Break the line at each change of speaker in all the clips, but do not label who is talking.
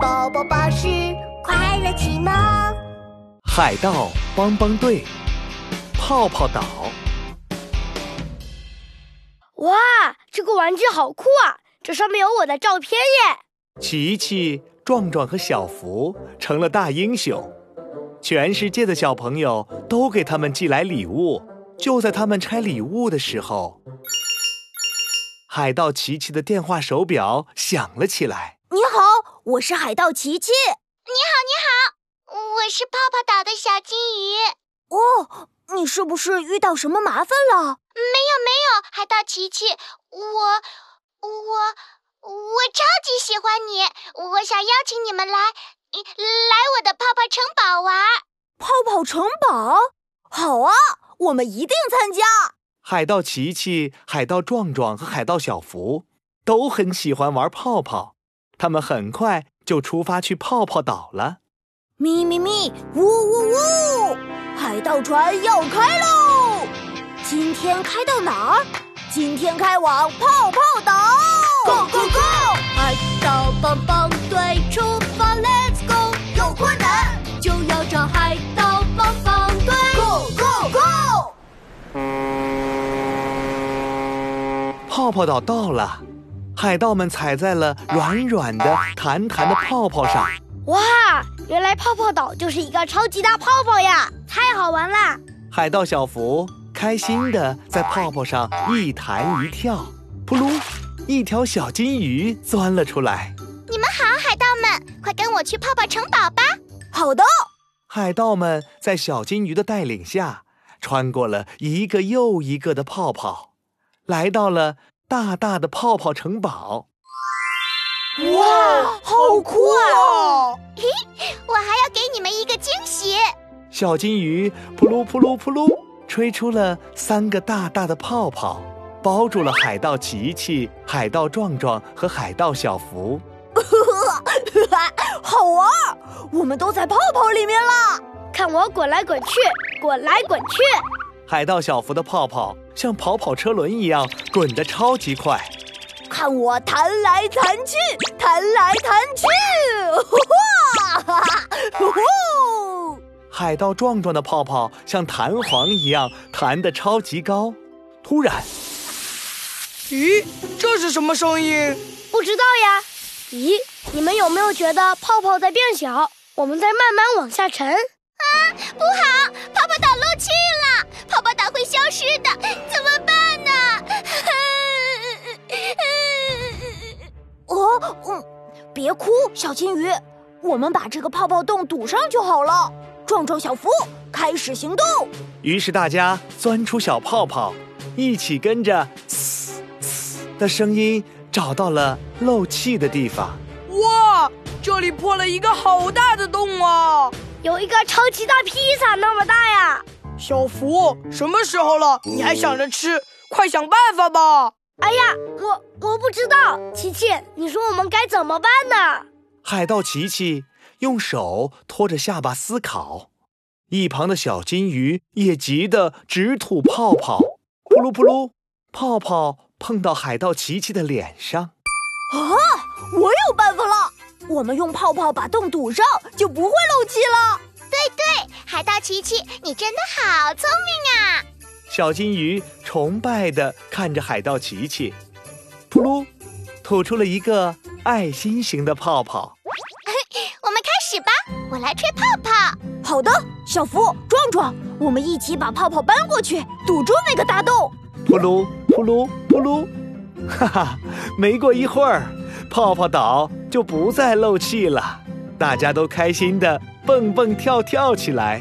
宝宝巴士快乐启蒙。
海盗帮帮队，泡泡岛，
哇，这个玩具好酷啊！这上面有我的照片耶！
琪琪、壮壮和小福成了大英雄，全世界的小朋友都给他们寄来礼物。就在他们拆礼物的时候，海盗琪琪的电话手表响了起来。
你好，我是海盗琪琪。
我是泡泡岛的小金鱼。
哦，你是不是遇到什么麻烦了？
哦，海盗琪琪，我我我超级喜欢你，我想邀请你们来嗯来我的泡泡城堡玩。
泡泡城堡？好啊，我们一定参加。
海盗琪琪、海盗壮壮和海盗小福都很喜欢玩泡泡，他们很快就出发去泡泡岛了。
咪咪咪，呜呜呜，海盗船要开喽！今天开到哪儿？今天开往泡泡岛！Go go go！海盗帮帮队出发，Let's go！有困难就要找海盗帮帮队，Go go go！
泡泡岛到了，海盗们踩在了软软的、弹弹的泡泡上。
哇，原来泡泡岛就是一个超级大泡泡呀！太好玩啦！
海盗小福开心的在泡泡上一弹一跳，扑噜，一条小金鱼钻了出来。
你们好，海盗们，快跟我去泡泡城堡吧！
好的，
海盗们在小金鱼的带领下，穿过了一个又一个的泡泡，来到了大大的泡泡城堡。
哇，好酷啊！
我还要给你们一个惊喜。
小金鱼扑噜扑噜扑噜，吹出了三个大大的泡泡，包住了海盗琪琪、海盗壮壮和海盗小福。
好玩儿，我们都在泡泡里面了。
看我滚来滚去，滚来滚去！
海盗小福的泡泡像跑跑车轮一样滚得超级快。
看我弹来弹去，弹来弹去，哇哈哈，呼！
海盗壮壮的泡泡像弹簧一样弹得超级高。突然，
咦，这是什么声音？
不知道呀？咦，你们有没有觉得泡泡在变小？我们在慢慢往下沉。啊
不好，泡泡岛漏气了，泡泡岛会消失的，怎么办呢？
哦，嗯，别哭，小金鱼，我们把这个泡泡洞堵上就好了。壮壮、小福，开始行动！
于是大家钻出小泡泡，一起跟着呲呲的声音找到了漏气的地方。
哇，这里破了一个好大的洞啊！
有一个超级大披萨那么大呀！
小福，什么时候了？你还想着吃？快想办法吧！
哎呀，我我不知道，琪琪，你说我们该怎么办呢？
海盗琪琪用手托着下巴思考，一旁的小金鱼也急得直吐泡泡，扑噜扑噜，泡泡碰到海盗琪琪的脸上。
我有办法了，我们用泡泡把洞堵上，就不会漏气了。
海盗琪琪，你真的好聪明啊！
小金鱼崇拜地看着海盗琪琪，扑噜，吐出了一个爱心型的泡泡。
我们开始吧，我来吹泡泡。
好的，小福、壮壮，我们一起把泡泡搬过去，堵住那个大洞。
扑噜扑噜扑噜，哈哈！没过一会儿，泡泡岛就不再漏气了，大家都开心的蹦蹦跳跳起来。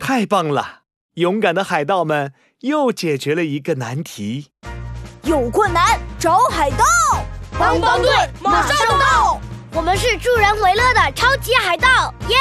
太棒了！勇敢的海盗们又解决了一个难题。
有困难找海盗，
帮帮队马上
到。
我们是助人为乐的超级海盗，耶、